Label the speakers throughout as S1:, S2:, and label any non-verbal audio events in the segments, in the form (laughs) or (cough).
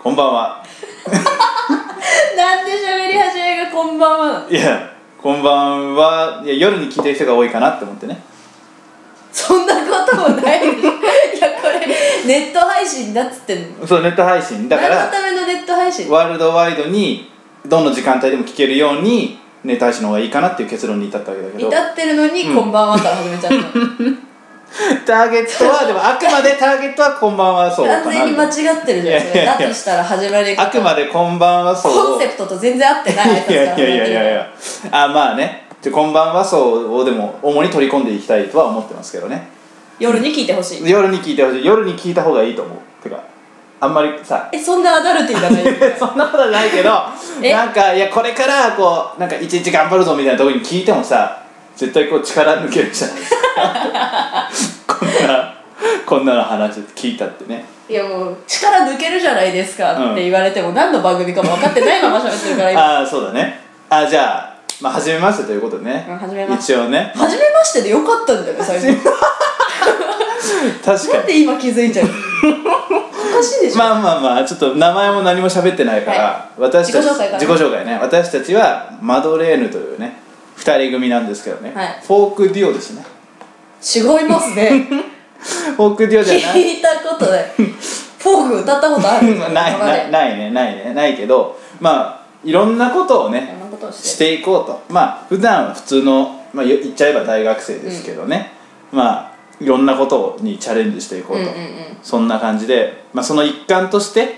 S1: こんばんは
S2: なんで喋り始めがこんばんはい
S1: やこんばんはいや夜に聞いてる人が多いかなって思ってね
S2: そんなこともない (laughs) いやこれネット配信だっつってんの
S1: そうネット配信だから
S2: 何のためのネット配信
S1: ワールドワイドにどの時間帯でも聞けるようにネタ配信の方がいいかなっていう結論に至ったわけだけど
S2: 至ってるのに、
S1: うん
S2: こんばんはから始めちゃったの
S1: ターゲットはでもあくまでターゲットはこんばんは (laughs) そうか
S2: 完全に間
S1: な
S2: 違ってるじゃんそ
S1: いやいや
S2: れ
S1: いや
S2: だとしたら始まり
S1: あくまでこんばんはそう
S2: コンセプトと全然合ってない挨拶
S1: い
S2: か
S1: やい
S2: ら始ま
S1: や
S2: っ
S1: いや
S2: て
S1: い
S2: る
S1: やいやあまあねじゃあこんばんはそうをでも主に取り込んでいきたいとは思ってますけどね
S2: 夜に聞いてほしい
S1: 夜に聞いてほしい夜に聞いた方がいいと思うてかあんまりさ
S2: えそんなアダルティーじ
S1: (laughs)
S2: ゃない
S1: そんなことはないけど
S2: え
S1: なんかいやこれからこうなんか一日頑張るぞみたいなところに聞いてもさ絶対こう力抜けるじゃないですか (laughs) こんなこんなの話聞いたってね
S2: いやもう力抜けるじゃないですかって言われても、何の番組かも分かってないまま喋ってるから今
S1: ああそうだねあじゃあまあ初めましてということでね、
S2: うん初めまし
S1: 一応ね
S2: 初めましてでよかったんじゃない最初
S1: 確
S2: な
S1: か
S2: ん
S1: に
S2: で今気づいちゃうおかしいでしょ、
S1: まあまあまあちょっと名前も何も喋ってないから、
S2: は
S1: 私たち
S2: 自己紹介から
S1: 自己紹介ね私たちはマドレーヌというね二人組なんですけどね、
S2: はい
S1: フォークデュオですね
S2: 違いますね
S1: フォークデュオじゃ
S2: (laughs)
S1: ない
S2: 聞いたことないフォーク歌っ
S1: (laughs)
S2: たことある
S1: ないない
S2: い
S1: ないねないねないけどまあいろんなことを
S2: そ
S1: ね
S2: んなことをし
S1: してていこうとまあ普段は普通の、まあ、よ言っちゃえば大学生ですけどね、まあいろんなことにチャレンジしていこう
S2: うん
S1: と、
S2: うんうん
S1: そんな感じで、まあ、その一環として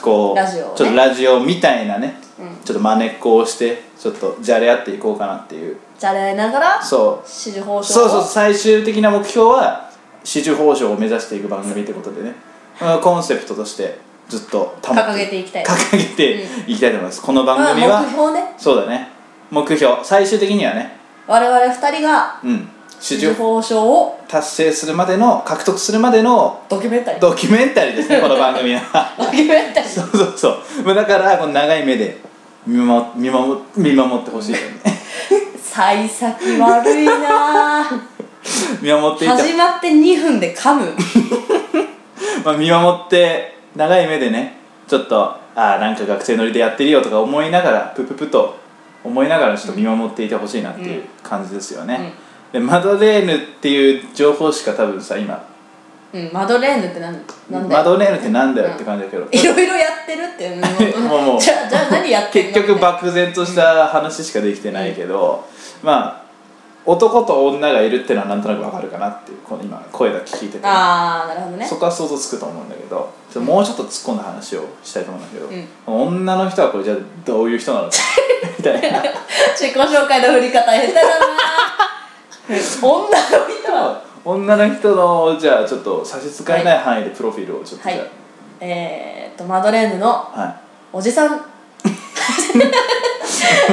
S1: こう
S2: ラジオをね
S1: ちょっとラジオみたいなね、
S2: うん
S1: ちょっと真似っこをしてちょっとじゃれ合っていこうかなっていう
S2: じゃれながら
S1: そう
S2: 支持報酬
S1: そうそう最終的な目標は四十報奨を目指していく番組ってことでね、まあコンセプトとしてずっと保って
S2: 掲げていきたい
S1: 掲げていきたいと思います、この番
S2: まあ
S1: 組は、
S2: 目標ね
S1: そうだね目標最終的にはね
S2: 我々二人が
S1: うん四
S2: 支
S1: 十
S2: 持報酬を
S1: 達成するまでの獲得するまでの
S2: ドキュメンタリード
S1: ドキュメンタリーです
S2: (laughs)
S1: ねこの番組は。
S2: キュメンタリー
S1: そうそうそうまあだからこの長い目で見守見守見守ってほしいよね
S2: (laughs) 幸先悪いなぁ
S1: (laughs) 見守っていた、
S2: 始まって2分で噛む
S1: まあ、見守って長い目でねちょっとああなんか学生乗りでやってるよとか思いながらプププと思いながらちょっと見守っていてほしいなっていう感じですよね、でマドレーヌっていう情報しか多分さ今
S2: うんマドレーヌってなんなんだ
S1: マ
S2: よ
S1: ドレーヌってなんだよって感じだけど、
S2: いろいろやってるっていう
S1: (laughs) もうもう
S2: じゃあじゃあ何やってんの
S1: 結局漠然とした話しかできてないけど、まあ男と女がいるってのはなんとなくわかるかなっていうこの今声だけ聞いてて
S2: ああなるほどね
S1: そこは想像つくと思うんだけどちょっともうちょっと突っ込んだ話をしたいと思うんだけど、
S2: うん
S1: 女の人はこれじゃあどういう人なの
S2: (laughs)
S1: かみたいな
S2: 自己紹介の振り方下手だな女の人は
S1: 女の人のじゃあちょっと差し支えない範囲でプロフィールをちょっと
S2: は
S1: じ
S2: い
S1: ゃ
S2: えー、っとマドレーヌの
S1: あはい、
S2: おじさん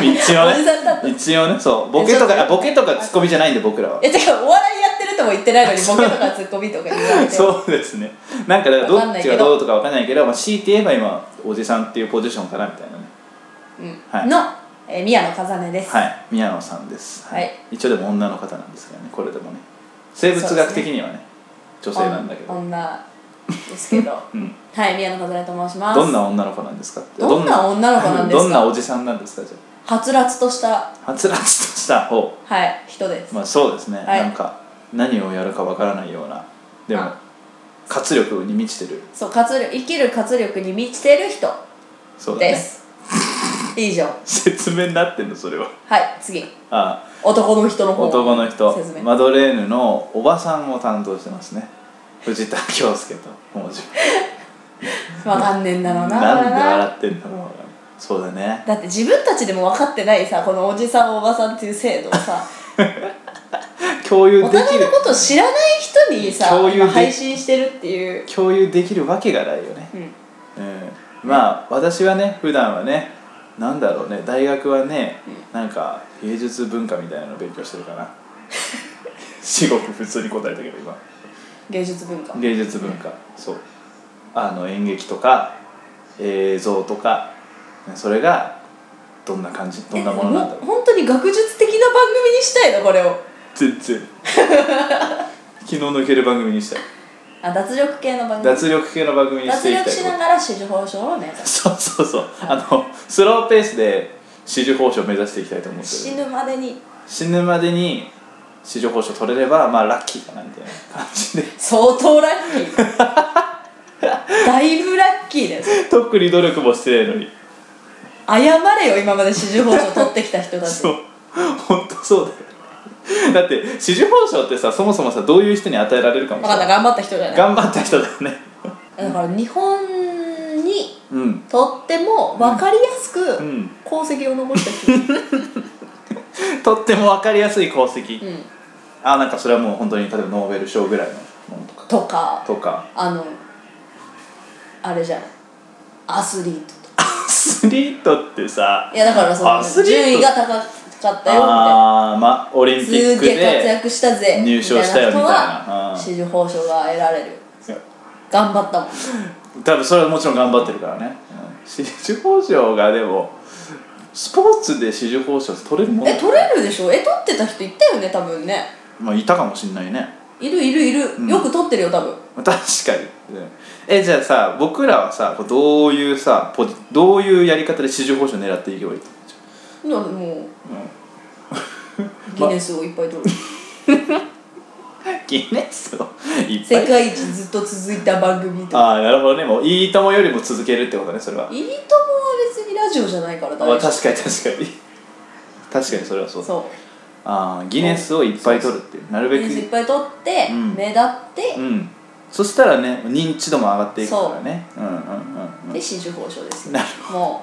S1: 一応
S2: おじさんだっ
S1: ね一応ねそうボケとかあボケとかツッコミじゃないんで僕らは
S2: えてかお笑いやってるとも言ってないのにボケとかツッコミとか言われて
S1: そうですねなんかだから
S2: わか
S1: ど
S2: ん
S1: っ
S2: ない
S1: ち
S2: けど
S1: がどうとかわかんないけど、まあ、強いて言えば今おじさんっていうポジションかなみたいなね
S2: うん
S1: はい
S2: の、えー、宮野風音です、
S1: はい宮野さんです、
S2: はい
S1: 一応でも女の方なんですけどねこれでもね生物学的にはね女性なんだけ
S2: お
S1: ど、
S2: 女です
S1: (laughs)
S2: けど
S1: うん、
S2: はい宮野風音と申します
S1: どんな女の子なんですかって
S2: どんな女の子なんですか
S1: どんなおじさんなんですかじゃ
S2: はつらつとした
S1: あはつらつとした方
S2: はい人です、
S1: まあそうですね、
S2: はい
S1: なんか何をやるかわからないようなでも
S2: あ
S1: 活力に満ちてる
S2: そう活力生きる活力に満ちてる人
S1: そうだ
S2: で
S1: ね
S2: す、以上
S1: 説明になってんのそれは
S2: はい次
S1: ああ
S2: 男の人の方
S1: 男の人
S2: 説明、
S1: マドレーヌのおばさんを担当してますね藤田恭介ともう自分
S2: まあ残念だろうな
S1: なんで笑ってんだろうなそうだね
S2: だって自分たちでも分かってないさこのおじさんおばさんっていう制度をさ
S1: 共有
S2: お
S1: でき
S2: 互い
S1: る
S2: のことを知らない人にさ
S1: 共有で
S2: 今配信してるっていう、
S1: 共有できるわけがないよね
S2: うん、
S1: うんまあ私はね普段はねなんだろうね大学はねなんか芸術文化みたいなのを勉強してるか (laughs) な至極普通に答えたけど今
S2: 芸術文化
S1: 芸術文化そうあの演劇とか映像とかねそれがどんな感じどんなものなんだろう
S2: 本当に学術的な番
S1: (laughs)
S2: 組にしたいのこれを
S1: 全然気の抜ける番組にしたい
S2: ああ脱力系の番組
S1: 脱力系の番組にして
S2: 脱
S1: いきた
S2: 力
S1: い
S2: し
S1: と
S2: ながら紫綬褒章を目指す
S1: そうそうそうあのスローペースで紫綬褒章を目指していきたいと思って
S2: 死
S1: る
S2: ぬまでに
S1: 死ぬまでに紫綬褒章取れればまあラッキーかなみたいな感じで (laughs)
S2: 相当ラッキーだいぶラッキーだよ
S1: 特に努力もしてないのに
S2: 謝れよ今まで紫綬褒章取ってきた人だって
S1: そう本当そうだよだって紫綬褒章ってさそもそもさどういう人に与えられるかも
S2: 分かんない頑張った人じゃない
S1: 頑張った人だよね
S2: だから日本に
S1: うん
S2: とっても分かりやすく
S1: ん
S2: 功績を残した人、
S1: とっても分かりやすい功績、
S2: うん
S1: あなんかそれはもう本当に例えばノーベル賞ぐらいのものとか
S2: とか
S1: とか
S2: あのあれじゃないアスリートとか
S1: アスリートってさ
S2: いやだからそ
S1: アス
S2: の
S1: リート
S2: 順位が高かったよみたいな
S1: あー、ま、オリン
S2: す
S1: ピック
S2: げえ活
S1: で
S2: 躍したぜ
S1: 入賞したよみたいな
S2: みたいな人
S1: うん
S2: は支持報奨が得られる頑張ったもん
S1: 多分それはもちろん頑張ってるからね紫綬褒章がでもスポーツで紫綬褒章取れるもん
S2: え取れるでしょえ取ってた人いたよね多分ね
S1: まあいたかもしんないね
S2: いるいるいる、
S1: ん
S2: よく取ってるよ多分
S1: 確かにねえじゃあさ僕らはさこうどういうさポジどういうやり方で紫綬褒章狙っていけばいいと
S2: だからもう、ギネスをいっぱ
S1: (laughs)
S2: い取る、
S1: ギネスをいっぱ
S2: 世
S1: い
S2: 界一ずっと続いた番組とか
S1: ああなるほどねもういいともよりも続けるってことねそれは、
S2: 「いいとも」は別にラジオじゃないから
S1: まあ、
S2: 大丈
S1: 確かに確かに確かにそれはそうだ
S2: 夫そう
S1: ああギネスをいっぱい取るっていうなるべ
S2: ニュースいっ
S1: く
S2: ぱい取って、
S1: うん
S2: 目立って、
S1: うんそしたらね認知度も上がっていくからねうんうんうん
S2: で紫綬褒章ですよ
S1: なる
S2: も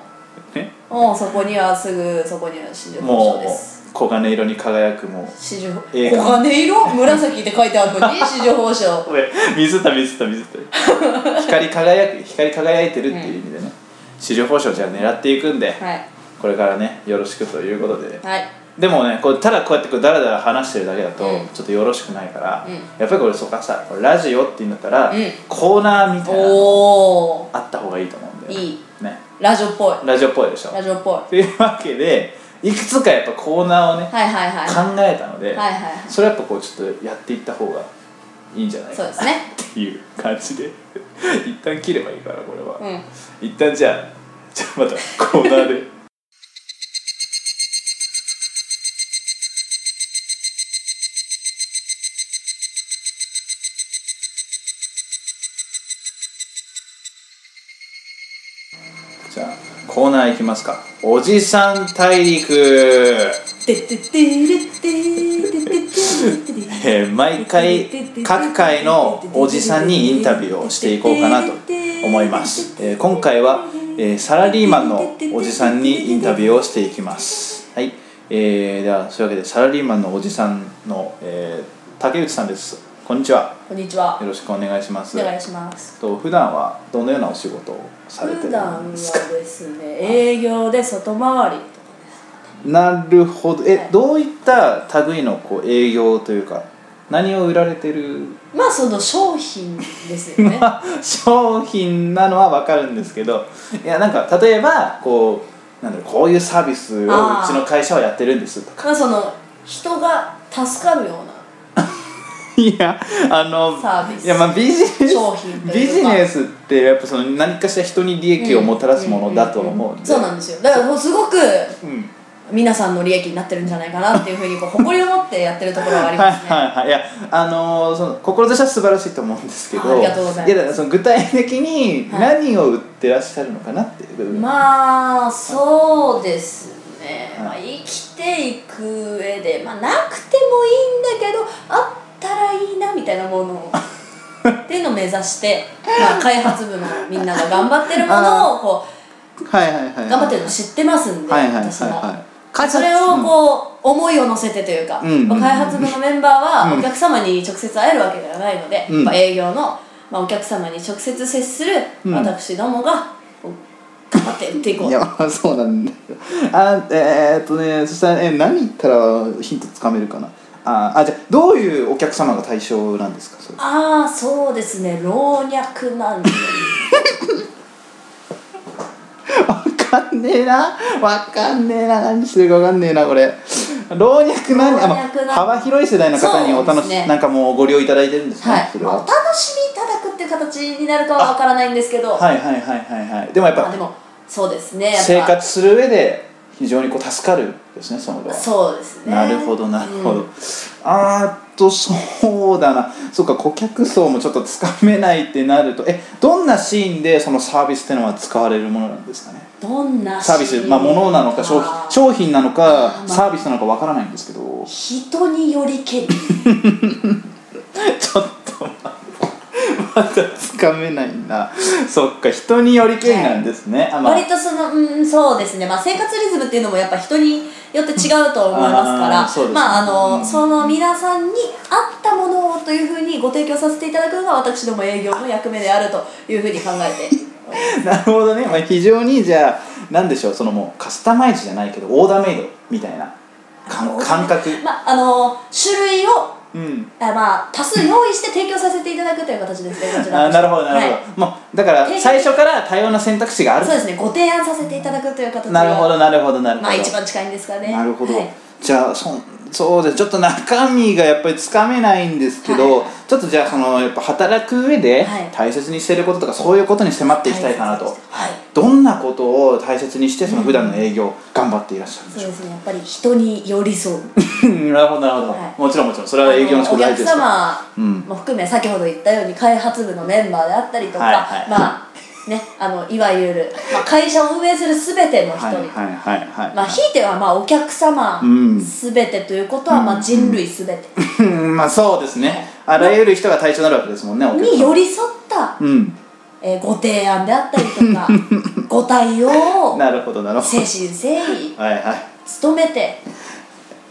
S1: うんね
S2: うもうそこにはすぐそこには紫綬褒章
S1: もう
S2: です
S1: 黄金色に輝くもう
S2: 紫綬
S1: 映
S2: 褒
S1: 画
S2: 章黄金色紫って書いてある
S1: (laughs)
S2: のに紫綬褒章
S1: ごめん水田水田水田光り輝く光り輝いてるっていう意味でね市場報酬をじゃあ狙っていくんで、
S2: はい
S1: これからねよろしくということで、
S2: はい
S1: でもねこうただこうやってこうダラダラ話してるだけだと、
S2: うん
S1: ちょっとよろしくないから、
S2: うん
S1: やっぱりこれそうかさこれラジオっていうんだったら、
S2: うん
S1: コーナーみたいなの
S2: おお
S1: あった方がいいと思うんだよね
S2: いい
S1: ね
S2: ラジオっぽい
S1: ラジオっぽいでしょ
S2: ラジオっぽい
S1: というわけでいくつかやっぱコーナーをね、
S2: はいはいはいは
S1: 考えたので、
S2: いはいはい
S1: それはやっぱこうちょっとやっていった方がいいんじゃないか
S2: そう
S1: な
S2: で
S1: っ
S2: すね
S1: ていう感じで一旦切ればいいからこれは、
S2: うん
S1: 一旦じゃあじゃあまたコーナーでじゃあコーナー行きますかおじさん大陸、
S2: てってってれっててててて
S1: (laughs)
S2: て
S1: えー毎回各回のおじさんにインタビューをしていこうかなと思います、えー今回は、えーサラリーマンのおじさんにインタビューをしていきますはい、えー、ではそういうわけでサラリーマンのおじさんの、えー竹内さんですこんにちは
S2: こんにちは
S1: よろしくお願いします
S2: お願いします
S1: と普段はどのようなお仕事をされてる
S2: 普
S1: ん
S2: 段は
S1: で
S2: です
S1: か
S2: すね営業で外回りとか
S1: なるほどえ、
S2: はい
S1: どういった類のこう営業というか何を売られてる
S2: まあその商品です
S1: (laughs)
S2: よね
S1: まあ商品なのは分かるんですけどいやなんか例えばこうなんだろうこういうサービスを
S2: あ
S1: う
S2: ー
S1: ちの会社はやってるんですとか
S2: まあその人が助かるようない
S1: やあの
S2: サービス
S1: いやまあビジネス
S2: 商品という
S1: ビ
S2: か
S1: ジネスってやっぱその何かしら人に利益をもたらすものだと思うんで、
S2: そうなんですよだからもうすごく
S1: うん
S2: 皆さんの利益になってるんじゃないかなっていうふうにこう誇りを持ってやってるところがあり
S1: はい
S2: ますね、
S1: はいはい、いやあのーその志は素晴らしいと思うんですけど
S2: ありがとうございます
S1: やだからその具体的に
S2: は
S1: 何を売ってらっしゃるのかなっていう部分、
S2: まあそうですね、まあ、
S1: は
S2: 生きていく上で、まあ、なくてもいいんだけどあったらいいなみたいなもの
S1: (laughs)
S2: をっていうのを目指して、まあ、開発部のみんなが頑張ってるものをこ
S1: はいはいはいは
S2: う
S1: い
S2: 頑張ってるの知ってますんで、
S1: はいはいはい
S2: 私は。
S1: はい
S2: それをこう、思いを乗せてというか、
S1: うんうんうん
S2: 開発部のメンバー
S1: う
S2: は
S1: ん
S2: お客様に直接会えるわけではないので、
S1: うん
S2: まあ営業の、まあ、お客様に直接接する
S1: うん
S2: 私どもがこう頑張って売っていこう
S1: いやまあそうなんだけどあえー、っとねそしたら、え何言ったらヒントつかめるかなああじゃあどういうお客様が対象なんですかそれ
S2: ああそうですね老若男女
S1: 分かんねえな分かんねえな何してるか分かんねえなこれ老若男女あ
S2: 老若男
S1: ま
S2: 女
S1: あ幅広い世代の方にお
S2: そう
S1: 楽し、
S2: ですね
S1: なんかもうご利用いただいてるんですね、
S2: はい
S1: それ
S2: まあお
S1: は
S2: 楽しみいただっていう形になるかはわからないんですけど、
S1: はいはいはいはいはいでもやっ
S2: まあ、
S1: ぱ
S2: でもそうですねやっぱ
S1: 生活する上で非常にこう助かるですねその後は
S2: そうですね
S1: なるほどなるほど、
S2: うん
S1: あーっとそうだなそっか顧客層もちょっとつかめないってなるとえどんなシーンでそのサービスってのは使われるものなんですかね
S2: どんな
S1: サービス、まあ、物なのか商品
S2: あー
S1: 商品なの
S2: あーま
S1: か
S2: あ
S1: サービスなのかわからないんですけどち
S2: 人によりけり
S1: ょっとままだつかめないなそっか人によりけりなんですね、あまあ
S2: 割とそのうんそうですね、まあ、生活リズムっていうのもやっぱ人によって違うと思いますか
S1: あー
S2: ら
S1: そうですね
S2: まああの、
S1: うん
S2: その皆さんに合ったものをというふうにご提供させていただくのが私ども営業の役目であるというふうに考えて
S1: なるほどね、まあ、非常にじゃあなんでしょうそのもうカスタマイズじゃないけどオーダーメイドみたいな感感覚
S2: まああの種類を
S1: うん
S2: あまあ多数用意して提供させていただくという形ですねこちら
S1: あ
S2: とし
S1: な
S2: て
S1: るほどなるほど、
S2: はい
S1: もうだから
S2: 提供
S1: 最初から多様な選択肢がある
S2: そうですねご提案させていただくという形が
S1: なるほどなるほどなるほど、
S2: まあ一番近いんですかね
S1: なるほど、
S2: はい
S1: じゃあそんそうですちょっと中身がやっぱりつかめないんですけど、
S2: はい
S1: ちょっとじゃあそのやっぱ働く上で
S2: はい
S1: 大切にしてることとかそういうことに迫っていきたいかなと、
S2: 大切にしてはい
S1: どんなことを大切にしてその普段の営業頑張っていらっしゃるんでしょう
S2: そうですねやっぱり人に寄り添う
S1: うん (laughs) なるほどなるほど、
S2: はい
S1: もちろんもちろんそれは営業の仕事大事です
S2: あ
S1: から
S2: のお客様も含め、先ほど言ったように開発部のメンバーであったりとか、
S1: はいはい
S2: まあねあのいわゆる、まあ、会社を運営する全ての人
S1: はい
S2: に、
S1: はいはいはい、
S2: まあ、ひいてはまあお客様
S1: うん
S2: 全てということは、まあ、人類全て
S1: うんまあそうですねあらゆる人が対象になるわけですもんねお客
S2: に
S1: 様
S2: 寄り添った、
S1: うん
S2: えーご提案であったりとかご対応を
S1: なるほどなるほ
S2: 誠心誠意
S1: どはいはい
S2: 努めて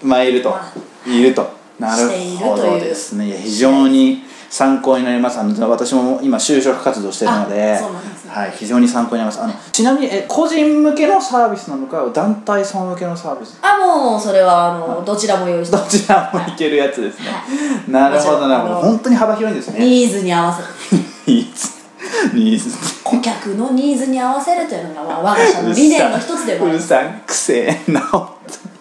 S1: まあいると、
S2: ま
S1: いるとなる
S2: している
S1: ほ
S2: とい
S1: ど
S2: う
S1: ですねいや非常に参考になりますあの私も今就職活動してるので
S2: あそうなんですね
S1: はい、非常に参考になりますあのちなみにえ個人向けのサービスなのか団体さん向けのサービス
S2: あもうそれはあのどちらも用意して
S1: どちらもいけるやつですね、な
S2: は
S1: るほどなるほ
S2: も
S1: ど
S2: ちろん
S1: 本当に幅広いんですね
S2: ニーズに合わせて
S1: (laughs) ニーズニーズ
S2: 顧客のニーズに合わせるというのが、まあ、我が社の理念の一つでもあ
S1: う
S2: り
S1: る
S2: ます
S1: さんくせえな本当に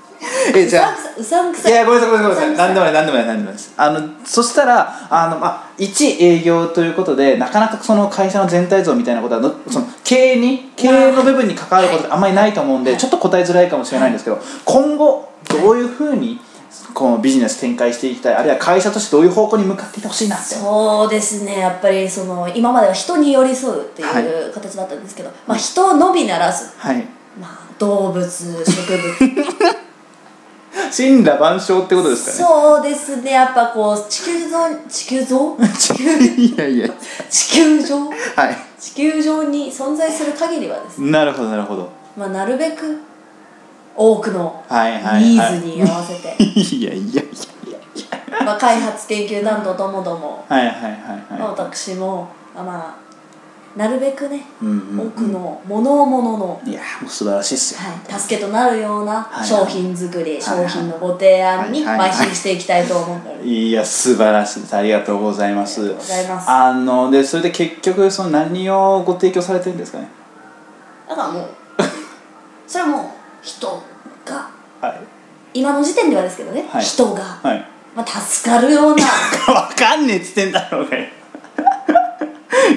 S1: えじゃあ
S2: うさんくさ
S1: い
S2: い
S1: やごめんなさいごめんなさいごめんなさい何
S2: う
S1: でもない何でもない何でもないですあのそしたらあの、まあ、一営業ということでなかなかその会社の全体像みたいなことはのその経営に経営の部分に関わることってあんまりないと思うんで、
S2: はい
S1: ちょっと答えづらいかもしれないんですけど、今後どういうふうにこのビジネス展開していきたいあるいは会社としてどういう方向に向かっていってほしいなって
S2: そうですねやっぱりその今までは人に寄り添うっていう形だったんですけど、まあ、人のみならず、
S1: はい
S2: まあ、動物植物
S1: 神羅万象ってことですかね
S2: そうですねやっぱこう地球上地球上
S1: (laughs) いやいや
S2: 地球上
S1: はい
S2: 地球上に存在する限りはですね、
S1: なるほどなるほど
S2: まあ、なるべく多くの
S1: はいはい
S2: ニ
S1: は
S2: ー
S1: い
S2: ズに合わせて、 (laughs)
S1: いやいやいや
S2: まあ、開発研究担当ともども
S1: はいはいはい
S2: まあ
S1: は
S2: 私もあまあなるべくね、
S1: い、うんうんうん
S2: 多くの物を物の、
S1: いやーもう素晴らしいっすよ、
S2: はい、助けとなるような
S1: はい
S2: 商品作り、
S1: い
S2: 商品のご提案に
S1: はいはい
S2: 邁進していきたいと思っております。
S1: い、や素晴らしいですありがとうございま
S2: あり
S1: す
S2: がとうございます
S1: あのでそれで結局その何をご提供されてるんですかね
S2: だからもうそれはもう人が
S1: はい
S2: 今の時点ではですけどね、
S1: はい
S2: 人が、
S1: はい (laughs)
S2: まあ、助かるような
S1: わかんねえっ (laughs) つってんだろうがよ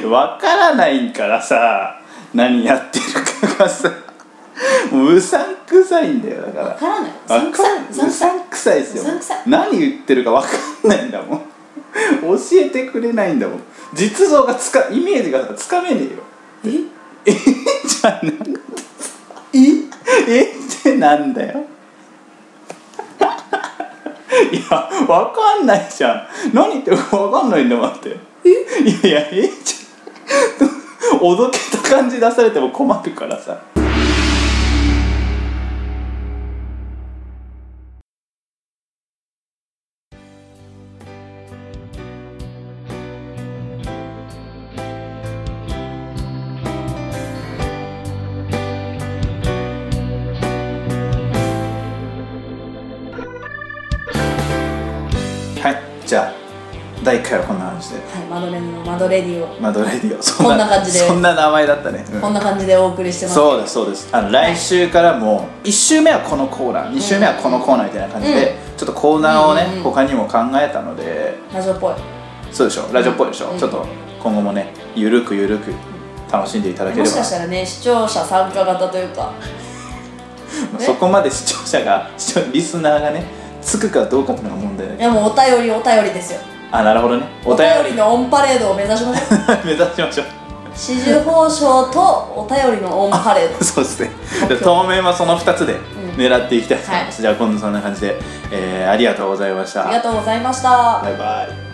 S1: わからないんからさ何やってるかがさもううさんくさいんだよだか
S2: わ
S1: ら
S2: からない。うさ
S1: (laughs) わ
S2: んく
S1: か
S2: さ
S1: ん
S2: い。うさん
S1: う
S2: くさ
S1: さんくさい
S2: い。
S1: ですよ
S2: うさんくさい
S1: 何言ってるか分かんないんだもん教えてくれないんだもん実像がつかイメージがつかめねえよ
S2: え
S1: じゃあなんだえ (laughs) えってなんだよ (laughs) いやわかんないじゃん何言ってるかわかんないんだもんだってえいやいやえ (laughs) じゃんおどけた感じ出されても困るからさはいじゃあ第1回はこんな感じで
S2: はい、マドレーヌのマドレディを
S1: マドレディオそ
S2: こんな感じで
S1: そんな名前だったね、うん
S2: こんな感じでお送りしてます。
S1: そうですそうですあの来週からもう1週目はこのコーナー2週目はこのコーナーみたいな感じで、ちょっとコーナーをね、
S2: うんうんうん
S1: 他にも考えたので
S2: ラジオっぽい。
S1: そうでしょラジオっぽいでしょ、
S2: うん
S1: ちょっと今後もねゆるくゆるく楽しんでいただけれ
S2: も
S1: ば
S2: しかしたらね視聴者参加型というか
S1: まあそこまで視聴者が視聴リスナーがねつくかどうかというのが問題だ
S2: い
S1: けど
S2: やもうお便りお便りですよ
S1: あなるほどねお
S2: お
S1: 便
S2: 便
S1: り
S2: りのオンパレードを目指しまし
S1: (laughs)
S2: ょう
S1: 目指しましょ
S2: 四十報奨とお便りのオンパレード
S1: うそうですねじゃあ当面はその2つで狙っていきたいと思います、じゃあ今度そんな感じで、えーありがとうございました
S2: ありがとうございました
S1: バイバイ